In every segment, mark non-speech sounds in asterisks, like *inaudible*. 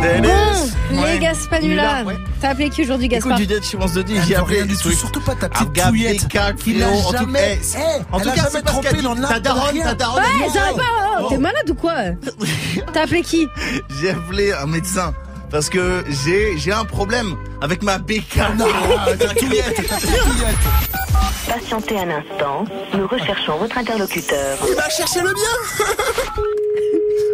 Dennis Bon, Ah, les Gaspanulas. ouais. T'as appelé qui aujourd'hui, Écoute, Gaspard du je pense de dire, Elle j'ai veut appelé rien du ce tout, truc. surtout pas ta petite Regarde, touillette. Kika, Il Flo, a en tout- jamais, eh, eh, En elle tout a cas, jamais c'est pas ce trompé qu'a dit dans ta daronne, rien. ta daronne. Ouais, elle dit, j'arrête pas oh, Oh. T'es malade ou quoi T'as appelé qui J'ai appelé un médecin parce que j'ai j'ai un problème avec ma bécane. Non, ta touillette, ta touillette. Patientez un instant, nous recherchons votre interlocuteur. *laughs* Il va chercher le bien.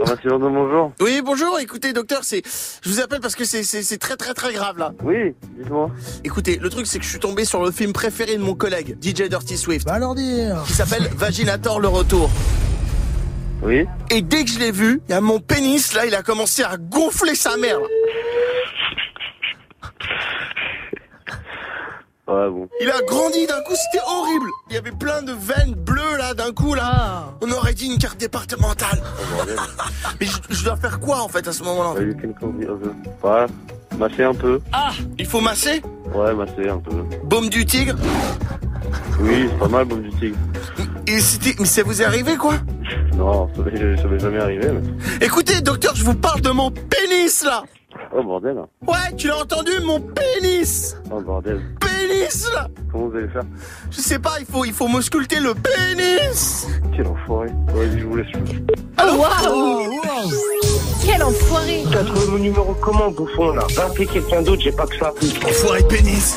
Rassure de bah, bonjour. Oui, bonjour. Écoutez, docteur, c'est, je vous appelle parce que c'est, c'est, c'est très, très, très grave là. Oui, dites-moi. Écoutez, le truc, c'est que je suis tombé sur le film préféré de mon collègue, DJ Dirty Swift. Va leur dire. Qui *laughs* s'appelle Vaginator le retour. Oui. Et dès que je l'ai vu, il y a mon pénis là, il a commencé à gonfler sa mère. là. Ouais, bon. Il a grandi d'un coup, c'était horrible. Il y avait plein de veines bleues là d'un coup là. On aurait dit une carte départementale. Oh, bordel. Mais je, je dois faire quoi en fait à ce moment-là en fait Bah, you can call me other. Ouais. Masser un peu. Ah, il faut masser Ouais, masser un peu. Baume du tigre Oui, c'est pas mal, bombe du tigre. Et c'était- mais ça vous est arrivé quoi Non, ça m'est ça m'est jamais arrivé, mais. Écoutez docteur, je vous parle de mon pénis là. Oh, bordel. Ouais, tu l'as entendu, mon pénis Oh, bordel. Pénis là Comment vous allez faire Je sais pas, il faut, il faut m'ausculter le pénis Quel enfoiré. Ouais, je vous laisse. Oh waouh Quel enfoiré T'as trouvé mon numéro comment, bouffon, là Va appeler quelqu'un d'autre, j'ai pas que ça. Enfoiré de pénis